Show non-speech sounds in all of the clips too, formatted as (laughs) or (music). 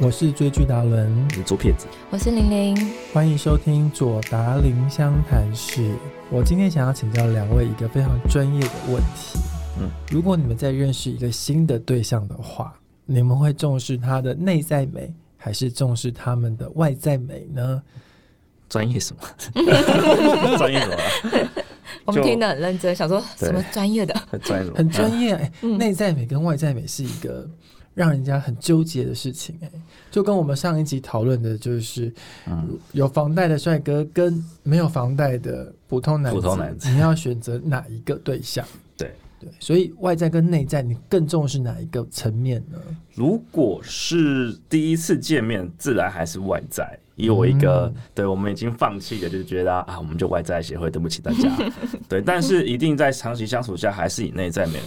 我是追剧达伦，你左撇子，我是玲玲，欢迎收听左达林湘潭市。我今天想要请教两位一个非常专业的问题。嗯嗯，如果你们在认识一个新的对象的话，你们会重视他的内在美，还是重视他们的外在美呢？专业什么？ (laughs) 专业什么啊？我们听得很认真，想说对什么专业的？很 (laughs) 专业什么？很专业，哎嗯内、在美跟外在美是一个让人家很纠结的事情、哎，就跟我们上一集讨论的，就是嗯，有房贷的帅哥跟没有房贷的普通男子，普通男子你要选择哪一个对象？对对，所以外在跟内在，你更重视哪一个层面呢？如果是第一次见面，自然还是外在。以我一个、嗯对我们已经放弃的，就觉得啊，我们就外在协会，对不起 (laughs) 大家。对，但是一定在长期相处下，还是以内在美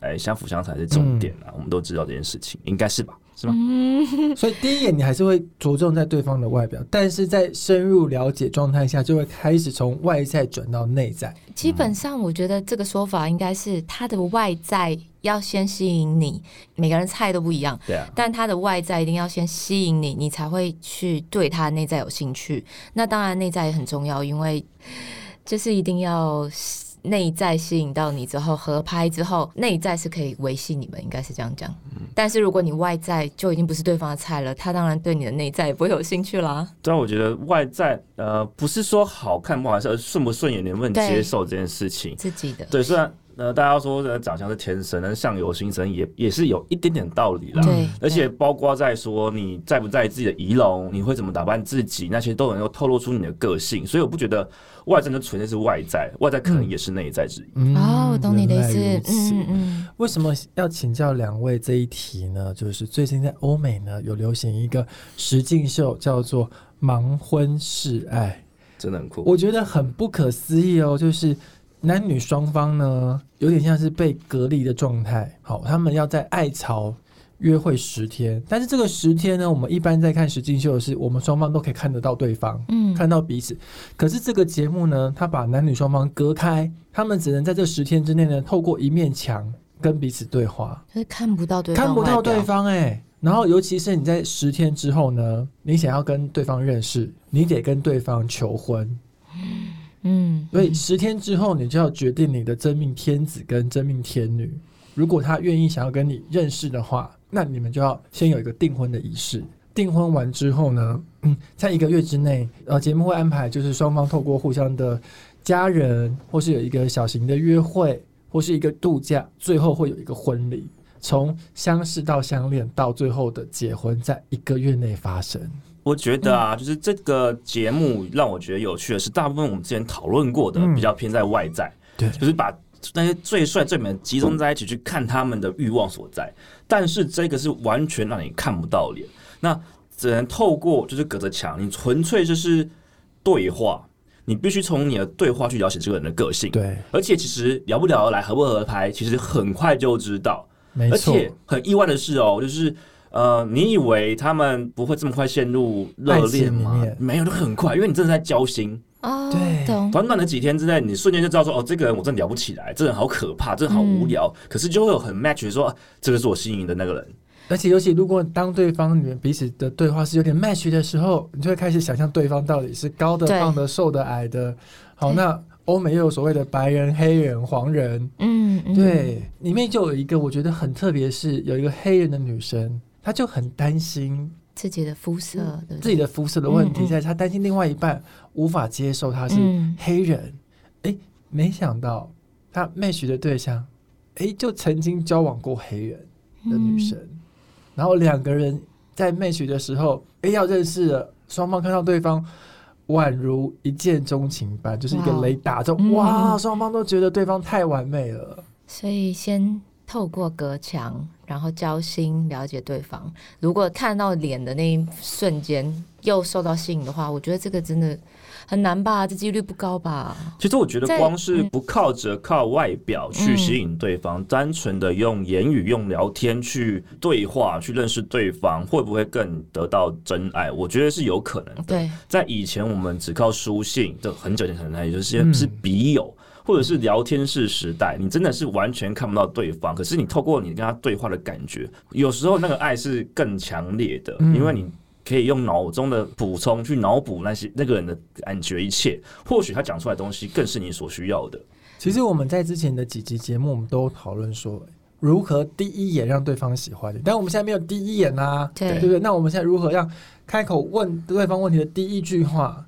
来相辅相成才是重点嗯啊。我们都知道这件事情，应该是吧？是吗？嗯所以第一眼你还是会着重在对方的外表，但是在深入了解状态下，就会开始从外在转到内在。基本上，我觉得这个说法应该是他的外在要先吸引你，每个人菜都不一样，对啊，但他的外在一定要先吸引你，你才会去对他内在有兴趣。那当然，内在也很重要，因为就是一定要内在吸引到你之后，合拍之后，内在是可以维系你们，应该是这样讲。嗯但是如果你外在就已经不是对方的菜了，他当然对你的内在也不会有兴趣啦。对啊，我觉得外在呃，不是说好看不好看，而是顺不顺眼，能不能对接受这件事情。自己的对，虽然呃，大家说呃长相是天生，但是相由心生也也是有一点点道理啦。对嗯而且包括在说你在不在意自己的仪容，你会怎么打扮自己，那些都能够透露出你的个性。所以我不觉得外在就纯粹是外在，外在可能也是内在之一。嗯哦，我懂你的意原来思如，此嗯嗯为什么要请教两位这一题呢？就是最近在欧美呢有流行一个实境秀，叫做“盲婚试爱”。真的很酷。我觉得很不可思议哦，就是男女双方呢，有点像是被隔离的状态。好，他们要在爱巢约会十天，但是这个十天呢，我们一般在看实境秀的是，我们双方都可以看得到对方，嗯看到彼此。可是这个节目呢，它把男女双方隔开，他们只能在这十天之内呢，透过一面墙跟彼此对话。就是看不到对方，看不到对，方哎、然后，尤其是你在十天之后呢，你想要跟对方认识，你得跟对方求婚。嗯，所以十天之后，你就要决定你的真命天子跟真命天女。如果他愿意想要跟你认识的话，那你们就要先有一个订婚的仪式。订婚完之后呢，嗯，在一个月之内，呃，节目会安排就是双方透过互相的家人，或是有一个小型的约会，或是一个度假，最后会有一个婚礼。从相识到相恋到最后的结婚，在一个月内发生。我觉得啊，就是这个节目让我觉得有趣的是，大部分我们之前讨论过的嗯比较偏在外在，对就是把那些最帅最美的集中在一起去看他们的欲望所在，但是这个是完全让你看不到脸，那只能透过就是隔着墙，你纯粹就是对话，你必须从你的对话去了解这个人的个性，，对，而且其实聊不聊得来合不合得拍，其实很快就知道，没而错，且很意外的是哦，就是呃，你以为他们不会这么快陷入热恋爱情里吗面？没有，就很快，因为你真的在交心，哦，对懂，短短的几天之内，你瞬间就知道说，哦，这个人我真的聊不起来，这个人好可怕，这个人好无聊。可是就会有很 match 的说，啊这个是我心仪的那个人。而且尤其如果当对方你们彼此的对话是有点 match 的时候，你就会开始想象对方到底是高的、对胖的、瘦的、矮的。好，对那欧美又有所谓的白人、黑人、黄人，嗯，嗯，对，里面就有一个我觉得很特别，是有一个黑人的女生，她就很担心自己的肤色，啊对不对自己的肤色的问嗯题，嗯在她担心另外一半无法接受她是嗯黑人。哎、没想到她 match 的对象，哎、就曾经交往过黑人。的嗯女生，，然后两个人在 match 的时候，哎，要认识了，双方看到对方，宛如一见钟情般，就是一个哇雷打中，嗯哇，嗯双方都觉得对方太完美了。所以先透过隔墙，然后交心了解对方。如果看到脸的那一瞬间又受到吸引的话，我觉得这个真的很难吧，这几率不高吧？其实我觉得在光是不靠着靠外表去吸引对方，单纯的用言语、用聊天去对话、去认识对方，会不会更得到真爱？我觉得是有可能的。对，在以前我们只靠书信，这很久以前可能还有就是嗯是笔友。或者是聊天室时代，你真的是完全看不到对方，可是你透过你跟他对话的感觉，有时候那个爱是更强烈的，嗯因为你。可以用脑中的补充去脑补那些那个人的感觉，一切或许他讲出来的东西更是你所需要的。其实我们在之前的几集节目，我们都讨论说如何第一眼让对方喜欢你，但我们现在没有第一眼啊，对对不对？那我们现在如何让开口问对方问题的第一句话，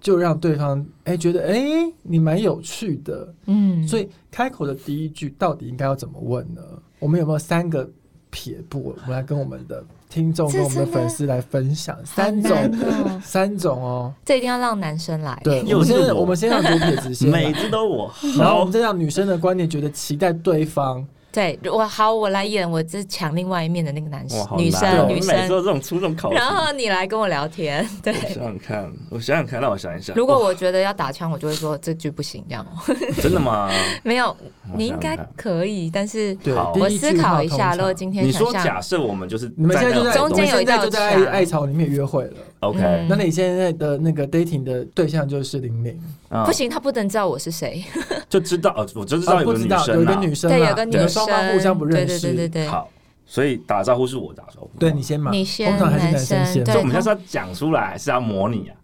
就让对方哎觉得哎你蛮有趣的，嗯，所以开口的第一句到底应该要怎么问呢？我们有没有三个撇步？我们来跟我们的听众、这跟我们的真的粉丝来分享好三难种，哦，三种哦。 (laughs) 这一定要让男生来。对，我又们是先我我们先让左撇子 (laughs) 啊先每来，次都我然后我好们，再让女生的观点觉得期待对方。对，我好，我来演，我这抢另外一面的那个男哇，生好女难哦生女我每次都生，这种出这种考题。然后你来跟我 (laughs) 聊天。对，我想想看，我想想看，让我想一想。如果我觉得要打枪，我就会说这句不行，这样 (laughs) 哦哇真的吗？没有，我你想应该想看可以，但是对，好第我一思句话考一下，通常如果今天你说想假象，设我们就是你们现在就那在种中间你们有现一在道就在爱墙爱巢里面约会了。 OK，嗯那你现在的那个 dating 的对象就是玲玲，啊不，行，他不能知道我是谁，就知道哦，我就知道啊有不个知女道有生一个啊女生啦，对，有个女你们生，双方互相不认识，对对对对对，好，所以打招呼是我打招呼。对你先嘛，你先通常还是男男生先生嘛所以对我们现在是要讲出来，还是要模拟啊？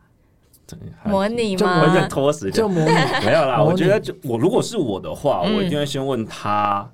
对模拟就还我在吗？拖时间就，模拟。 (laughs) 没有啦。模拟我觉得就我如果是我的话，嗯我一定会先问他，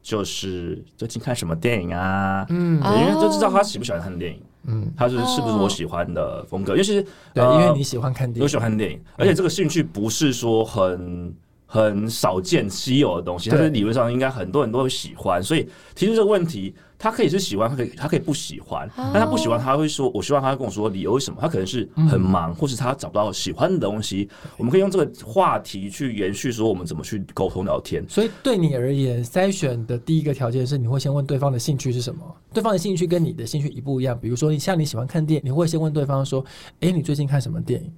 就是最近看什么电影啊？嗯哦对因为就知道他喜不喜欢看电影，嗯，他是是不是我喜欢的风格，尤其是 (laughs) 对，呃因为你喜欢看电影我嗯喜，欢看电影，而且这个兴趣不是说很很少见、稀有的东西，它对是理论上应该很多人都会喜欢。所以提出这个问题，他可以是喜欢，他可以他可以不喜欢，哦但他不喜欢，他会说，我希望他跟我说理由为什么。他可能是很嗯忙，或是他找不到喜欢的东西。我们可以用这个话题去延续，说我们怎么去沟通聊天。所以对你而言，筛选的第一个条件是你会先问对方的兴趣是什么，对方的兴趣跟你的兴趣一不一样。比如说，你像你喜欢看电影，你会先问对方说：“诶，你最近看什么电影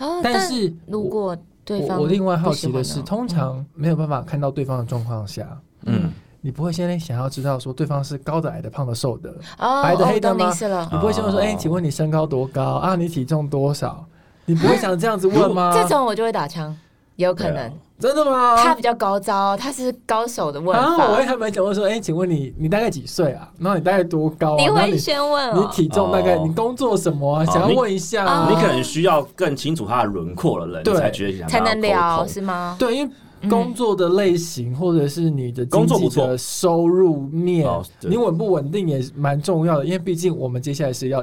哦？”但是如果对我方我另外好不喜奇欢的呢是，通常没有办法看到对方的状况下，嗯，你不会先想要知道说对方是高的、矮的、胖的、瘦的，哦，白的黑的我懂吗你意思了。你不会先问说：“哦诶，请问你身高多高啊？你体重多少？”你不会想这样子问吗？这种我就会打枪，有可对能啊真的吗？他比较高招，他是高手的问啊，我也法。还蛮想问说：“诶，请问你你大概几岁啊？然后你大概多高啊？你然后会你先问你哦，体重大概，哦你工作什么啊？哦想你要问一下啊你可能需要更清楚他的轮廓了，人对你才觉得想才跟他能聊沟通是吗？对，因嗯为工作的类型或者是你的经工作济不错的收入面哦，对你稳不稳定也蛮重要的，因为毕竟我们接下来是要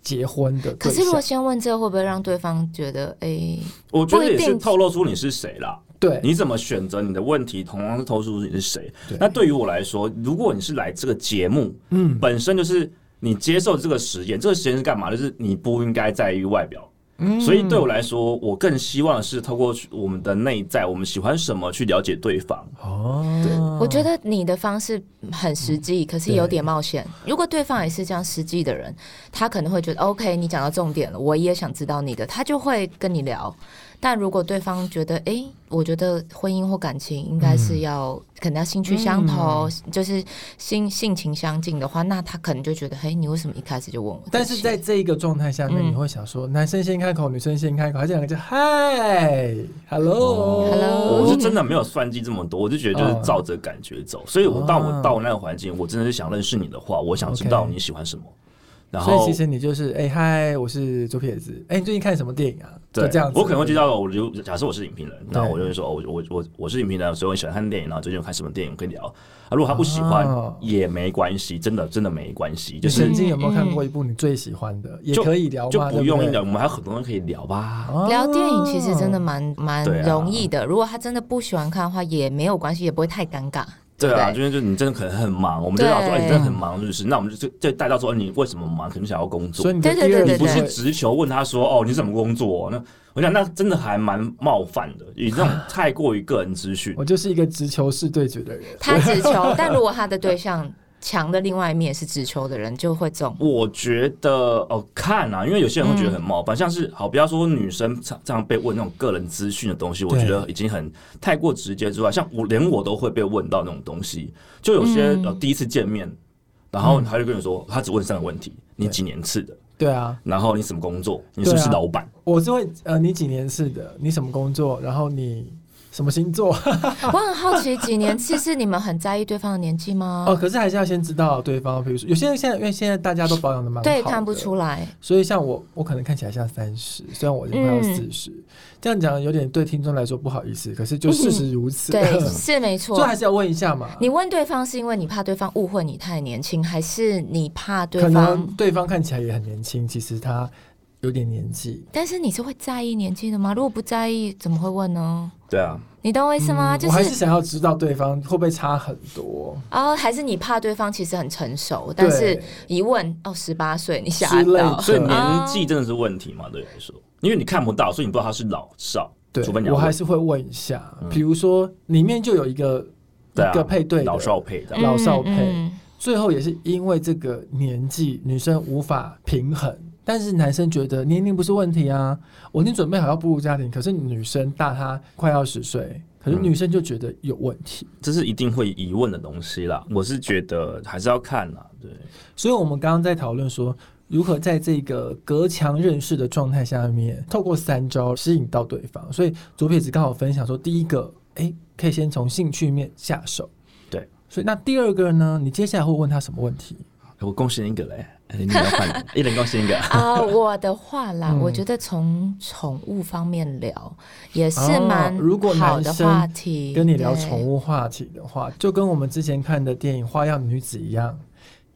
结婚的可对嗯是如果象。先问这，会不会让对方觉得，哎，我觉得不一也定是透露出你是谁啦。对，你怎么选择你的问题，同样是投诉你是谁对？那对于我来说，如果你是来这个节目，嗯本身就是你接受这个实验，这个实验是干嘛？就是你不应该在意外表。嗯所以对我来说，我更希望是透过我们的内在，我们喜欢什么去了解对方。哦，我觉得你的方式很实嗯际，可是有点冒险。如果对方也是这样实际的人，他可能会觉得哦 OK，你讲到重点了，我也想知道你的，他就会跟你聊。但如果对方觉得，诶，我觉得婚姻或感情应该嗯是要、可能要兴趣相投，就是性性情相近的话，那他可能就觉得，嘿，你为什么一开始就问我这些？但是在这一个状态下面，嗯你会想说，男生先开口，女生先开口，还是两个就嗨，hello Hello 哦我是真的没有算计这么多，我就觉得哦就是照着感觉走。所以我到我到那个环境，我真的是想认识你的话，我想知道 OK 你喜欢什么。然所以后其实你就是哎嗨、我是左撇子，哎、你最近看什么电影啊？就对，这样子，我可能会知道，我就假设我是影评人，对那我就会说，哦，我我我我是影评人，啊所以我喜欢看电影，然后最近有看什么电影可以聊。啊，如果他不喜欢、哦也没关系，真的真的没关系，你就是曾经有没有看过嗯一部你最喜欢的？也可以聊嘛，就不用对对聊，我们还有很多人可以聊吧。哦聊电影其实真的蛮蛮对啊容易的，如果他真的不喜欢看的话，也没有关系，也不会太尴尬。对啊，不就是就你真的可能很忙，我们就知道说，对哎，你真的很忙，是不是？那我们就就就带到说，哎你为什么忙？可能想要工啊所作以。你的对对第二对部对不对是会直球问他说：“哦，你怎么工作、那我想，那真的还蛮冒犯的，以这 (laughs) 种太过于个人资讯。我就是一个直球式对决的人。他 (laughs) 只求，但如果他的对象强的另外一面是只求的人，就会中。我觉得哦，看啊，因为有些人会觉得嗯很冒犯，像是好，不要说女生常这样被问那种个人资讯的东西，我对觉得已经很太过直接之外，像我连我都会被问到那种东西，就有些、嗯呃第一次见面，然后嗯他就跟你说，他只问三个问题：你几年次的？对啊，然后你什么工作？你是不是对啊老板？我是会呃，你几年次的？你什么工作？然后你什么星座我很好奇，几年次是你们很在意对方的年纪吗？ (laughs) 哦，可是还是要先知道对方，比如说有些人现在因为现在大家都保养的蛮好的，对，看不出来。所以像我，我可能看起来像三十，虽然我已经嗯快要四十、这样讲有点对听众来说不好意思，可是就事实如此。 (laughs) 对，是没所以错还。是要问一下嘛。你问对方是因为你怕对方误会你太年轻，还是你怕对可能方？对方看起来也很年轻，其实他有点年纪。但是你是会在意年纪的吗？如果不在意，怎么会问呢？对啊，你懂我意思吗？嗯就我还是是想要知道对方会不会差很多哦，还是你怕对方其实很成熟，但是对一问哦，十八岁，你吓之类到的。所以年纪真的是问题嘛？对你来说，因为你看不到，所以你不知道他是老少。对除非你，要我还问是会问一下嗯。比如说里面就有一个对啊一个配对的老少配的嗯。老少配嗯最后也是因为这个年纪，女生无法平衡。但是男生觉得年龄不是问题啊，我已经准备好要步入家庭，可是女生大他快要十岁，可是嗯女生就觉得有问题。这是一定会疑问的东西啦。我是觉得还是要看啦，对，所以我们刚刚在讨论说，如何在这个隔墙认识的状态下面，透过三招吸引到对方。所以左撇子刚好分享说，第一个，哎、可以先从兴趣面下手。对，所以那第二个呢？你接下来会问他什么问题？我恭喜你一个嘞，哎你要换人，一人恭喜一个。 (laughs) 啊、我的话啦，嗯我觉得从宠物方面聊也是哦蛮如果好男的生话题。跟你聊对宠，物话题的话，就跟我们之前看的电影《花样女子》一样，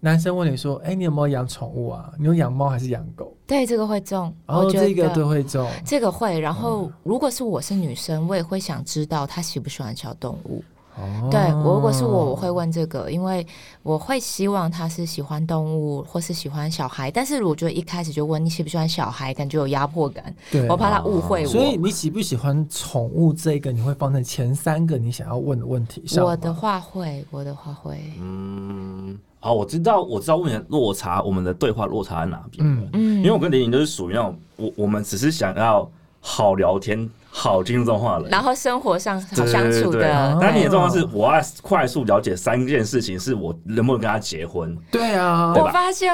男生问你说：“哎、你有没有养宠物啊？你有养猫还是养狗对这个会中，？”然我后觉得哦这个哦都会中。这个会。然后，如果是我是女生，我也会想知道她喜不喜欢小动物。哦对我，如果是我，我会问这个，因为我会希望她是喜欢动物或是喜欢小孩。但是我觉得一开始就问你喜不喜欢小孩，感觉有压迫感，对我怕她误会我。所以你喜不喜欢宠物这个，你会放在前三个你想要问的问题上吗。我的话会，我的话会，嗯，好，我知道，我知道问题的落差，我们的对话落差在哪边。嗯嗯，因为我跟林颖都是属于那种，我我们只是想要好聊天、好进入状况的人。然后生活上好对对相处对对的哦，但你的状况是，我要快速了解三件事情，是我能不能跟他结婚？对啊，我发现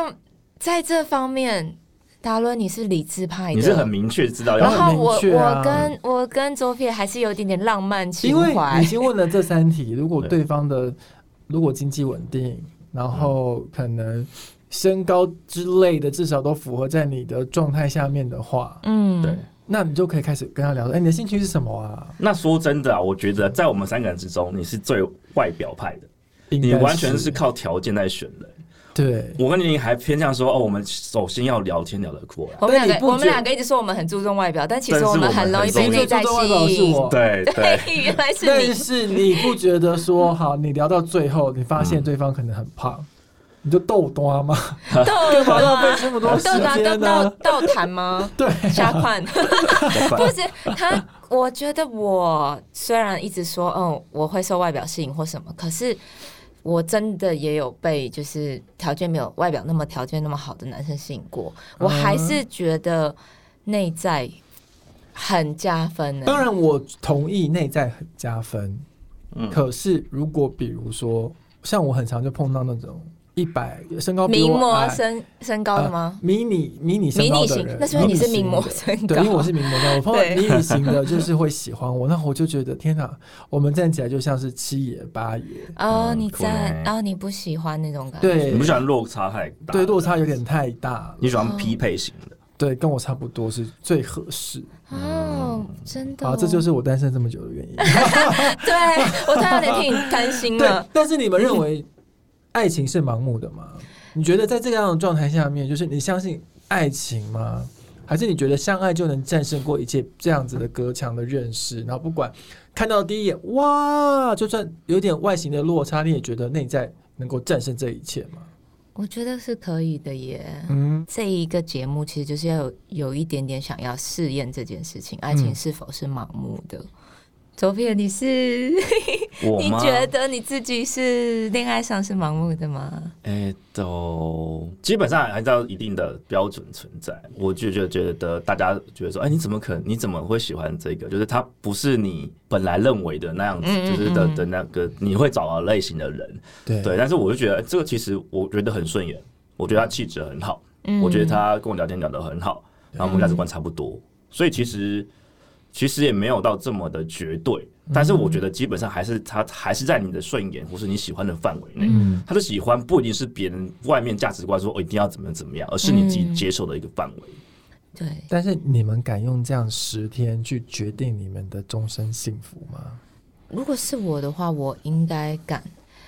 在这方面，达伦你是理智派的，你是很明确知道哎然要很后我、明确啊我跟我跟左撇还是有一点点浪漫因情为你怀已，经问了这三题，如果对对方的如果经济稳定，然后可能身高之类的至少都符合在你的状态下面的话，嗯，对。那你就可以开始跟他聊说，哎、你的兴趣是什么啊？那说真的啊，我觉得在我们三个人之中，你是最外表派的，应该你完全是是靠条件在选的。对。我跟林颖还偏向说，哦，我们首先要聊天聊得过来。我们但两你个不觉我们两个一直说我们很注重外表，但其但实是们我们很容易很被容易内在注重外表吸是引我。对对，哦对， (laughs) 原来是但你。是你不觉得说好，你聊到最后，你发现嗯对方可能很胖，你就逗多吗？豆豆干嘛浪费这么多时豆豆间豆呢？豆谈吗？ (laughs) 对，瞎款。好吧不是 (laughs) 他，我觉得我虽然一直说，嗯，我会受外表吸引或什么，可是我真的也有被就是条件没有外表那么条件那么好的男生吸引过，我嗯还是觉得内在很加分的。当然，我同意内在很加分。嗯可是，如果比如说，像我很常就碰到那种一百身高比名我模矮身身高的吗？呃迷你迷你身迷高你的型人，，那所以你是迷名型模的身高，对，因为我是名模的，我碰到对迷你型的，就是会喜欢我，那我就觉得天哪，我们站起来就像是七爷八爷，哦，嗯你酷在呢哦，你不喜欢那种感觉，欸对你不喜欢落差太大，对，落差有点太大了，你喜嗯欢匹配型的。对，跟我差不多是最合适。哦，真的哦，啊好，这就是我单身这么久的原因。对我突然有点替你担心了 (laughs) 对。，但是你们认为爱情是盲目的吗？你觉得在这样的状态下面，就是你相信爱情吗？还是你觉得相爱就能战胜过一切这样子的隔墙的认识？然后不管看到第一眼，哇，就算有点外形的落差，你也觉得内在能够战胜这一切吗？我觉得是可以的耶。嗯，这一个节目其实就是要有有一点点想要试验这件事情，爱嗯情是否是盲目的？左撇，你是我你吗？觉得你自己是恋爱上是盲目的吗？哎、都基本上按照一定的标准存在，我就就觉得大家觉得说，哎、你怎么可能？你怎么会喜欢这个？就是它不是你本来认为的那样子，嗯嗯就是的嗯的那个你会找到类型的人。对对，但是我就觉得、哎这个其实我觉得很顺眼，我觉得他气质很好，嗯我觉得他跟我聊天聊得很好，然后我们价值观差不多，所以其实其实也没有到这么的绝对，嗯但是我觉得基本上还是他还是在你的顺眼或是你喜欢的范围内。嗯他的喜欢不一定是别人外面价值观说哦一定要怎么样怎么样，而是你自己嗯接受的一个范围。对，但是你们敢用这样十天去决定你们的终身幸福吗？如果是我的话，我应该敢。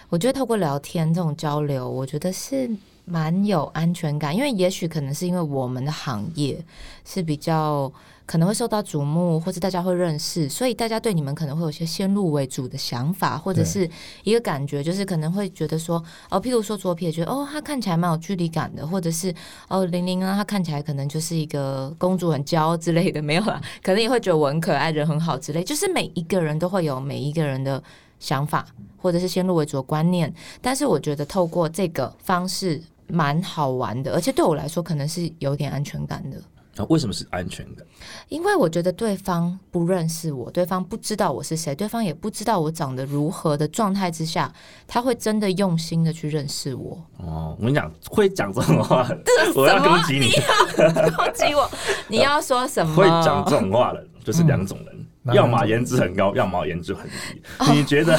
我觉得透过聊天这种交流，我觉得是蛮有安全感，因为也许可能是因为我们的行业是比较可能会受到瞩目，或是大家会认识，所以大家对你们可能会有一些先入为主的想法，或者是一个感觉，就是可能会觉得说，哦，譬如说左撇，觉得哦他看起来蛮有距离感的，或者是哦玲玲啊，她看起来可能就是一个公主很骄傲之类的，没有啦，可能也会觉得我很可爱，人很好之类，就是每一个人都会有每一个人的想法，或者是先入为主的观念。但是我觉得透过这个方式蛮好玩的，而且对我来说可能是有点安全感的，那、为什么是安全感？因为我觉得对方不认识我，对方不知道我是谁，对方也不知道我长得如何的状态之下，他会真的用心的去认识我。哦，我跟你讲，会讲这种话的，我要什么攻击你。攻击我， (laughs) 你要说什么？会讲这种话的人就是两种人，哪要嗯两种哦么颜值很高，要么颜值很低。你觉得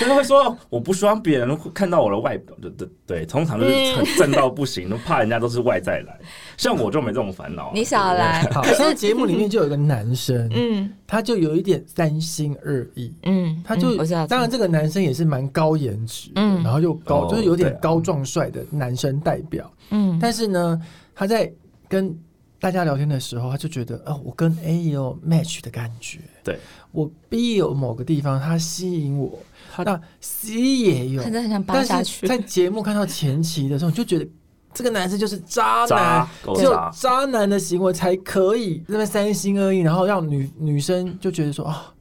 就是会说我不希望别人看到我的外表，对对对，通常就是嗯很正到不行，都怕人家都是外在来。像我就没这种烦恼啊、你少来，好像节目里面就有一个男生，嗯他就有一点三心二意。嗯，他就、嗯我知道，当然这个男生也是蛮高颜值的，嗯然后又高，哦就是有对点啊高壮帅的男生代表。嗯，但是呢，他在跟大家聊天的时候，他就觉得，哦，我跟 A 也有 match 的感觉，对我 B 有某个地方他吸引我，那 C 也有他，真的很想扒下嗯但是去。在节目看到前期的时候，你就觉得这个男生就是渣男渣。狗只有渣。渣男的行为才可以那边三心二意，然后让女女生就觉得说啊、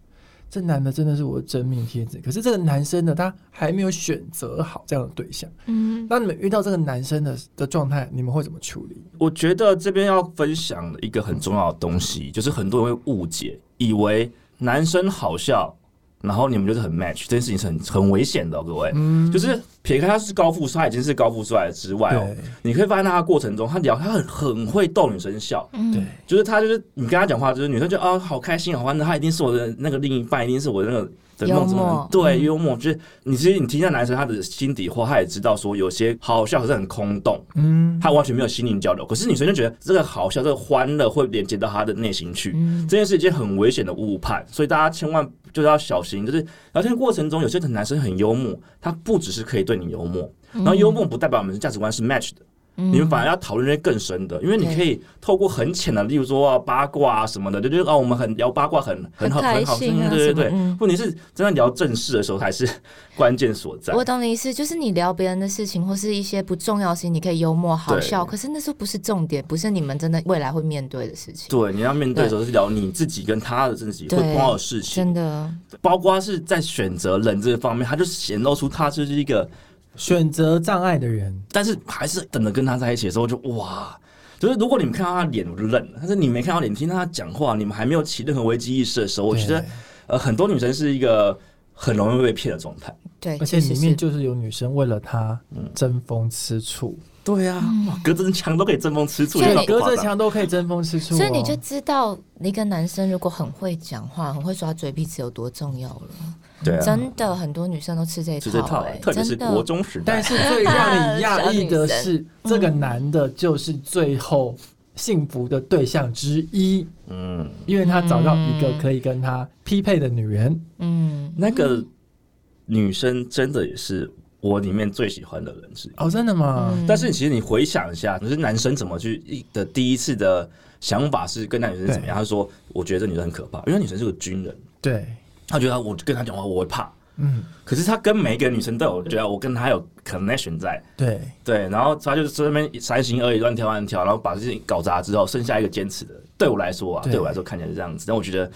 这男的真的是我的真命天子。可是这个男生呢，他还没有选择好这样的对象。嗯当你们遇到这个男生的的状态，你们会怎么处理？我觉得这边要分享的一个很重要的东西，就是很多人会误解，以为男生好笑，然后你们就是很 match，这件事情是很很危险的、哦，各位。嗯就是撇开他是高富帅，已经是高富帅了之外哦对，你可以发现他的过程中，他聊他很很会逗女生笑，对嗯，就是他就是你跟他讲话，就是女生就啊好开心好欢乐，他一定是我的那个另一半，一定是我的那个的那种什幽么默对嗯幽默，就是你其实你听到男生他的心底话，他也知道说有些好笑可是很空洞，嗯，他完全没有心灵交流。可是女生就觉得这个好笑、这个欢乐会连接到他的内心去，嗯这件是一件很危险的误判，所以大家千万就是要小心。就是聊天过程中，有些男生很幽默，他不只是可以对你幽默，然后幽默不代表我们的价值观是 match 的。嗯你们反而要讨论一些更深的，因为你对可以透过很浅的，例如说、啊、八卦啊什么的，就觉得啊，我们很聊八卦很很好很开很好，心啊对对对什么嗯。问题是真的聊正事的时候才是关键所在。我懂你意思，就是你聊别人的事情或是一些不重要的事情，你可以幽默好对笑，可是那时候不是重点，不是你们真的未来会面对的事情，对，你要面对的时候是聊你自己跟他的自己会对碰到的事情，真的，包括是在选择人这方面，他就显露出他就是一个，选择障碍的人，但是还是等着跟他在一起的时候就哇，就是如果你们看到他的脸我就愣了，但是你没看到脸，听到他讲话，你们还没有起任何危机意识的时候，我觉得对呃很多女生是一个很容易被骗的状态。对，而且其实里面是就是有女生为了他争风吃醋，对啊，嗯哇隔着墙都可以争风吃醋，所以有对，点隔夸着张。墙都可以争风吃醋、哦，所以你就知道一个男生如果很会讲话、很会耍嘴皮子有多重要了。对啊，真的，很多女生都吃这一是这套、套哎，，特别是真的国中时代但。是最让你讶异 (laughs) 的是，这个男的就是最后幸福的对象之一，嗯，因为他找到一个可以跟他匹配的女人。嗯，那个女生真的也是我里面最喜欢的人之一。哦，真的吗？嗯但是其实你回想一下，就是男生怎么去一的第一次的想法是跟那女生怎么样？他说：“我觉得这女生很可怕，因为女生是个军人，对，他觉得我跟她讲话我会怕。嗯，可是他跟每一个女生都有，觉得我跟她有 connection 在，对，对。然后他就是这边三心二意乱挑乱挑，然后把事情搞砸之后，剩下一个坚持的。对我来说啊，对对我来说看起来是这样子，但我觉得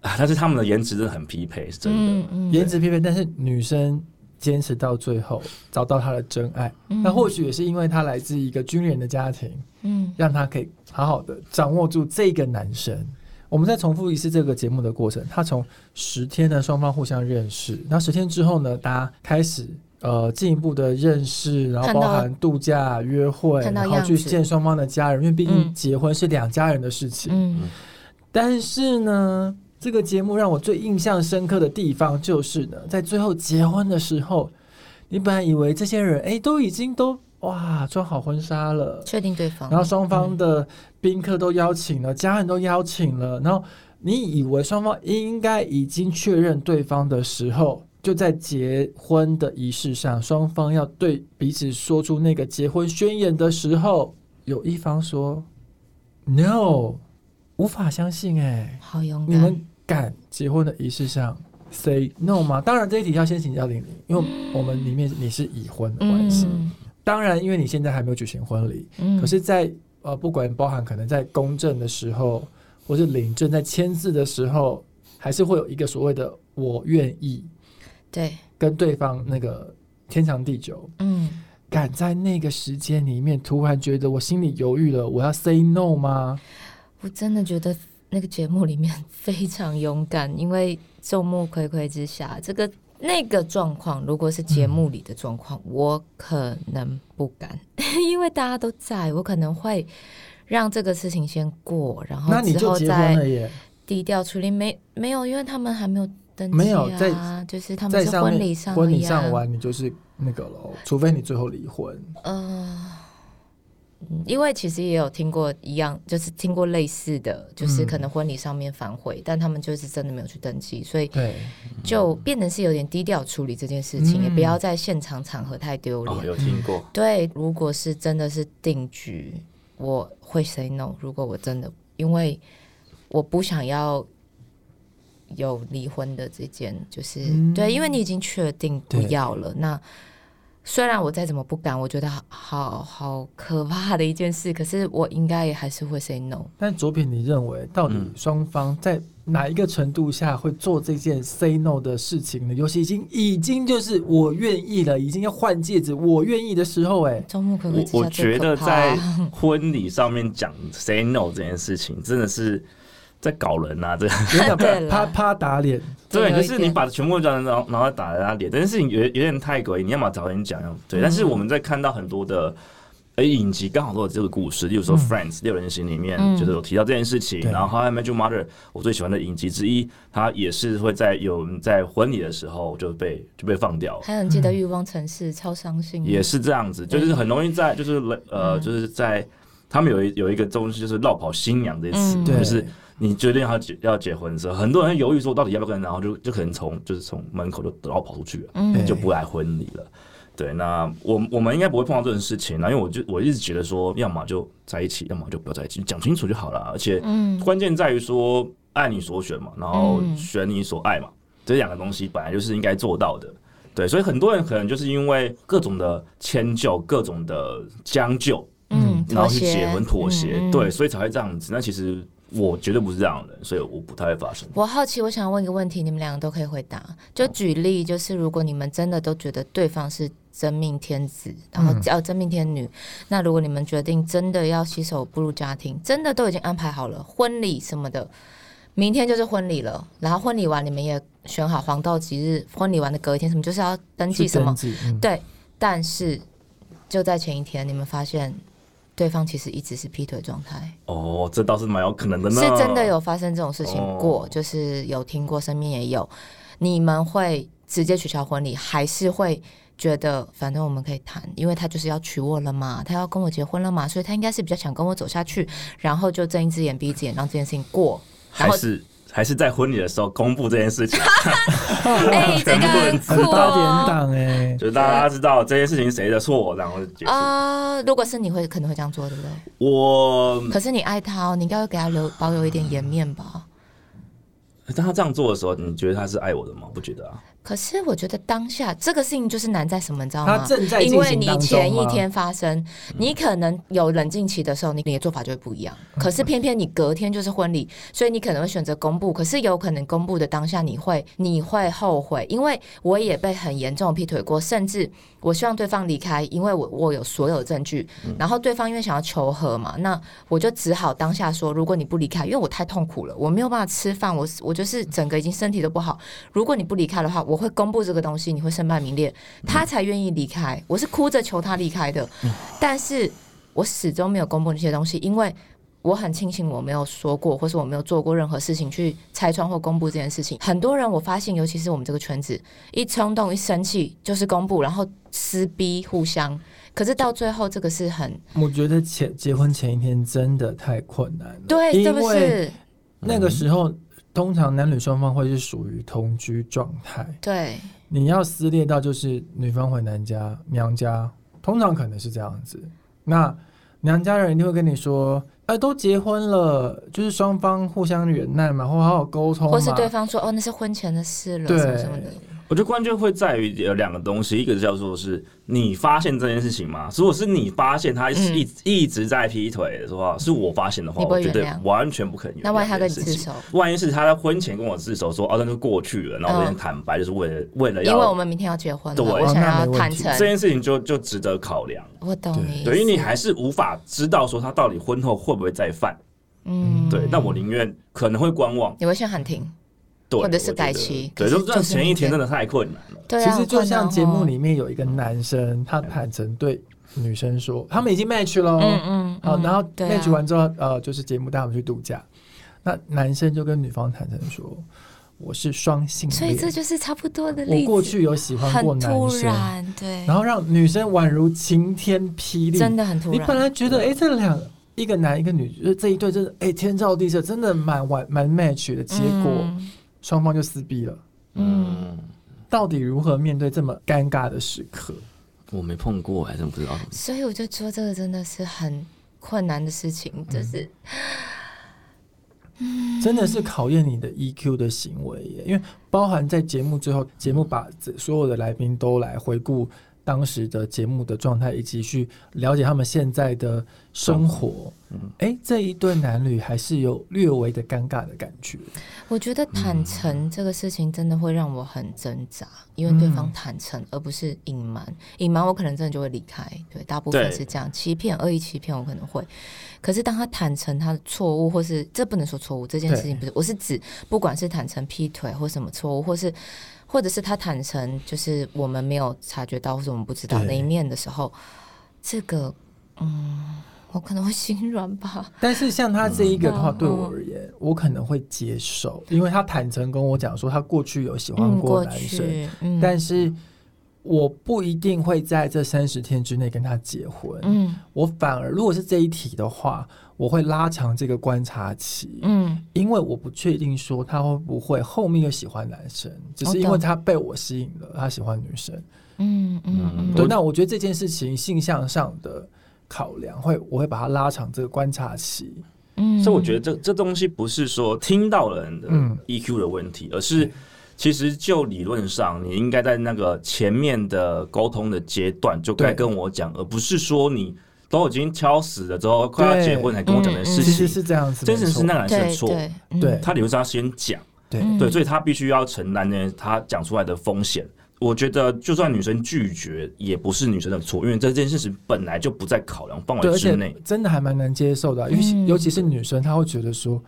啊，但是他们的颜值真的很匹配，是真的。嗯颜值匹配，但是女生。坚持到最后，找到她的真爱。那或许也是因为她来自一个军人的家庭，嗯让她可以好好的掌握住这个男生。我们再重复一次这个节目的过程，他从十天呢双方互相认识，那十天之后呢，大家开始呃进一步的认识，然后看到包含度假、约会，看到然样子后去见双方的家人，因为毕嗯竟结婚是两家人的事情。嗯但是呢，这个节目让我最印象深刻的地方就是呢，在最后结婚的时候，你本来以为这些人哎都已经都哇穿好婚纱了，确定对方，嗯嗯然后双方的宾客都邀请了，家人都邀请了，然后你以为双方应该已经确认对方的时候，就在结婚的仪式上，双方要对彼此说出那个结婚宣言的时候，有一方说 “no”，无法相信哎、好勇你敢们，敢结婚的仪式上 say no 吗？当然这一题要先请教玲玲，因为我们里面你是已婚的关系，嗯当然因为你现在还没有举行婚礼，嗯可是在，呃，不管包含可能在公证的时候，或是领证在签字的时候，还是会有一个所谓的“我愿意对，”跟对方那个天长地久。嗯，敢在那个时间里面，突然觉得我心里犹豫了，我要 say no 吗？我真的觉得那个节目里面非常勇敢，因为众目睽睽之下，这个那个状况，如果是节目里的状况，我可能不敢， (laughs) 因为大家都在，我可能会让这个事情先过，然后那你之就后结婚再了耶！低调处理。没没有，因为他们还没有登记、啊，没有在就是他们在是上婚面礼上、啊、婚礼上完，你就是那个喽，除非你最后离婚。呃，嗯因为其实也有听过一样，就是听过类似的，就是嗯可能婚礼上面反悔，但他们就是真的没有去登记，所以对，就变得是有点低调处理这件事情，嗯也不要在现场场合太丢哦，脸。有听过，对，如果是真的是定局，我会 say no。如果我真的，因为我不想要有离婚的这件，就是、嗯对，因为你已经确定不对要了。那虽然我再怎么不敢，我觉得好好好可怕的一件事，可是我应该也还是会 say no。但左撇，你认为到底嗯双方在哪一个程度下会做这件 say no 的事情呢？尤其已经已经就是我愿意了，已经要换戒指，我愿意的时候、 (laughs) 哎，周末可不可以我之我下最觉可得怕 (laughs) 在婚礼上面讲 say no 这件事情，真的是在搞人呐、啊！这个有点对想啦啪啪打脸，对，有就一是点你把全部讲，然后然后打在他脸，这件事情有有点太鬼，你要么早点讲。对，嗯但是我们在看到很多的。诶，影集刚好都有这个故事，例如说《嗯 Friends》六人行里面、嗯就是有提到这件事情，对然后《How I Met Your Mother》我最喜欢的影集之一，它也是会在有人在婚礼的时候就被就被放掉，还有你记得《欲望城市》超伤心的，嗯也是这样子，就是很容易在就是呃、嗯就是在他们有一有一个东西就是绕跑新娘这个词，嗯对，就是你决定要结要结婚的时候，很多人犹豫说我到底要不要跟，然后就就可能从就是从门口就然后跑出去了，嗯对就不来婚礼了。对，那我我们应该不会碰到这种事情啦，因为我就我一直觉得说，要么就在一起，要么就不要在一起，讲清楚就好了。而且嗯关键在于说，爱你所选嘛，然后嗯选你所爱嘛，这两个东西本来就是应该做到的。对，所以很多人可能就是因为各种的迁就、各种的将就，嗯，然后妥去协结婚妥协，嗯嗯对，所以才会这样子。那其实我绝对不是这样的人，所以我不太会发生。我好奇，我想问一个问题，你们两个都可以回答。就举例，就是如果你们真的都觉得对方是真命天子，然后嗯叫真命天女，那如果你们决定真的要携手步入家庭，真的都已经安排好了婚礼什么的，明天就是婚礼了，然后婚礼完你们也选好黄道吉日，婚礼完的隔一天什么就是要登记去什么登，记？嗯对但是就在前一天，你们发现对方其实一直是劈腿状态。哦，这倒是蛮有可能的呢。是真的有发生这种事情过，哦就是有听过，身边也有。你们会直接取消婚礼，还是会觉得反正我们可以谈，因为他就是要娶我了嘛，他要跟我结婚了嘛，所以他应该是比较想跟我走下去，然后就睁一只眼闭一只眼，让这件事情过。还然后，是还是在婚礼的时候公布这件 (laughs) 事情，哎、这个很很酷八点哦。档哎、就是大家知道这件事情谁的错，然后就结束。啊、如果是你会可能会这样做，对不对？我可是你爱他哦，你应该会给他留保有一点颜面吧。当他这样做的时候，你觉得他是爱我的吗？不觉得啊。可是我觉得当下这个事情就是难在什么，你知道吗？他正在进因行为你当中前一吗嗯天发生，你可能有冷静期的时候，你你的做法就会不一样。嗯可是偏偏你隔天就是婚礼，所以你可能会选择公布。可是有可能公布的当下，你会你会后悔，因为我也被很严重的劈腿过，甚至我希望对方离开，因为我我有所有证据。嗯然后对方因为想要求和嘛，那我就只好当下说，如果你不离开，因为我太痛苦了，我没有办法吃饭，我我就是整个已经身体都不好。如果你不离开的话，我会公布这个东西，你会身败名裂。他才愿意离开，我是哭着求他离开的，但是我始终没有公布那些东西，因为我很庆幸我没有说过，或是我没有做过任何事情去拆穿或公布这件事情。很多人我发现，尤其是我们这个圈子，一冲动、一生气就是公布，然后撕逼互相。可是到最后，这个是很我觉得前结婚前一天真的太困难了，对，是因不为是？那个时候通常男女双方会是属于同居状态，对，你要撕裂到就是女方回男家娘家，通常可能是这样子。那娘家人一定会跟你说，哎，都结婚了，就是双方互相忍耐嘛，或好好沟通嘛。或是对方说哦，那是婚前的事了，对什么什么的。我觉得关键会在于有两个东西，一个叫做是你发现这件事情吗？如果是你发现他嗯一、一直在劈腿的话，是我发现的话，你不我会觉原得谅完全不可能。那万一他跟你自首？万一是他在婚前跟我自首说哦，那就过去了，然后我跟你坦白，就是为了为了嗯因为我要们明天要结婚了，对我想要坦诚这。件事情就就值得考量。我懂对你意思，对，因为你还是无法知道说他到底婚后会不会再犯。嗯对，那我宁愿可能会观望，你会先喊停，对，或者是我觉得改期对，可就是这就是前一天真的太困难了。对其啊，实就像节目好里面有一个男生，他坦诚对女生说，他们已经 match 喽，困难哦，嗯嗯嗯，好，嗯然后对啊 match 完之后，呃，就是节目带我们去度假。那男生就跟女方坦诚说，我是双性所以这恋，就是差不多的例我子。过去有喜欢过很男突生，然，对，然后让女生宛如晴天霹雳，哎真的很突你本然。来觉得，哎、这两一个男一个女，就是这一对真的，哎、天造地设，真的蛮完蛮 match 的。结果嗯双、方就撕逼了。嗯，嗯，到底如何面对这么尴尬的时刻？我没碰过，我还真不知道。所以我就说这个真的是很困难的事情，嗯就是嗯真的是考验你的 EQ 的行为耶，因为包含在节目最后，节目把这所有的来宾都来回顾当时的节目的状态，以及去了解他们现在的生活。哎、这一对男女还是有略微的尴尬的感觉。我觉得坦嗯诚这个事情真的会让我很挣扎，因为对方嗯坦诚而不是隐瞒，隐瞒我可能真的就会离开，对，大部分对是这样，欺骗、恶意欺骗我可能会，可是当他坦诚他的错误，或是这不能说错误，这件事情不是，我是指不管是坦诚劈腿或什么错误，或是或者是他坦诚就是我们没有察觉到或者我们不知道对那一面的时候，这个嗯，我可能会心软吧，但是像他这一个的话，嗯对我而言，我可能会接受，因为他坦诚跟我讲说他过去有喜欢嗯，过过男生，去，嗯，但是我不一定会在这三十天之内跟他结婚。嗯我反而如果是这一题的话，我会拉长这个观察期，嗯。因为我不确定说他会不会后面又喜欢男生，只我是哦懂因为他被我吸引了，他喜欢女生。嗯嗯，嗯对，嗯，那我觉得这件事情性向上的考量会，我会把它拉长这个观察期。嗯，所以我觉得这这东西不是说听到人的嗯 EQ 的问题，而是其实就理论上，你应该在那个前面的沟通的阶段就该对跟我讲，而不是说你都已经敲死了之后快要结婚才跟我讲的嗯其事实情。是这样子，真实没错是那个男生的对错，对对他理论上要先讲，对，嗯对，所以他必须要承担那他讲出来的风险。我觉得，就算女生拒绝，也不是女生的错，因为这件事情本来就不在考量范对，围而之且内。真的还蛮难接受的啊、尤其、嗯尤其是女生，她会觉得说，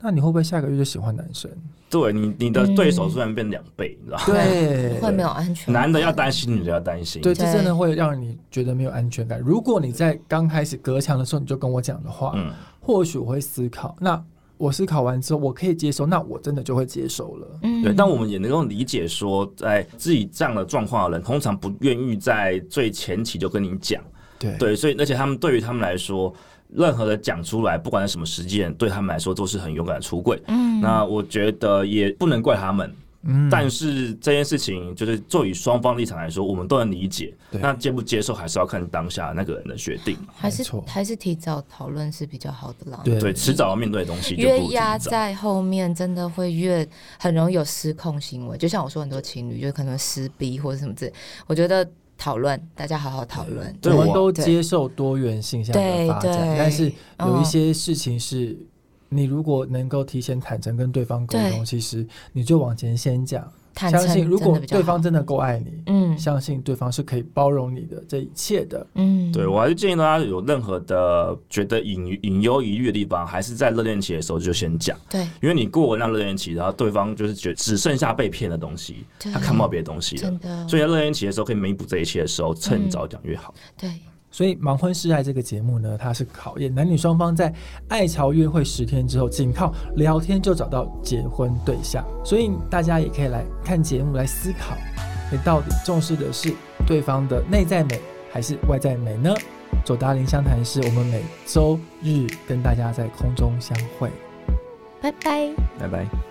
那你会不会下个月就喜欢男 (laughs) 生？对你，你的对手嗯突然变两倍，你知道吗？对，会没有安全感，男的要担心，女的要担心。对，对这真的会让你觉得没有安全感。如果你在刚开始隔墙的时候你就跟我讲的话，嗯，或许我会思考。那我思考完之后，我可以接受，那我真的就会接受了。嗯，对。但我们也能够理解说，在自己这样的状况的人，通常不愿意在最前期就跟你讲。对对，所以而且他们对于他们来说，任何的讲出来，不管是什么时间，对他们来说都是很勇敢的出柜。嗯那我觉得也不能怪他们，嗯但是这件事情就是作为双方立场来说，我们都能理解。对那接不接受还是要看当下那个人的决定嘛。还没是错还是提早讨论是比较好的啦。对对，迟早要面对的东西就不越如提压早在后面，真的会越很容易有失控行为。就像我说，很多情侣就可能撕逼或者什么之类。我觉得讨论，大家好好讨论。对嗯我们我都接受多元性向的对发展，对但是有一嗯些事情是。你如果能够提前坦诚跟对方沟通，对其实你就往前先讲，坦相信诚，如真果的比较对方好真的够爱你，嗯相信对方是可以包容你的这一切的。嗯，对我还是建议大家有任何的觉得隐隐忧疑虑的地方，还是在热恋期的时候就先讲，对因为你过了那热恋期，然后对方就是觉只剩下被骗的东西，对啊他看不到别的东西了嗯真。的嗯所以在热恋期的时候可以弥补这一切的时候，趁早讲越好。对。所以《盲婚试爱》这个节目呢，它是考验男女双方在爱巢约会十天之后，仅靠聊天就找到结婚对象。所以大家也可以来看节目来思考，你到底重视的是对方的内在美还是外在美呢？左达林相谈室，我们每周日跟大家在空中相会。拜拜。拜拜。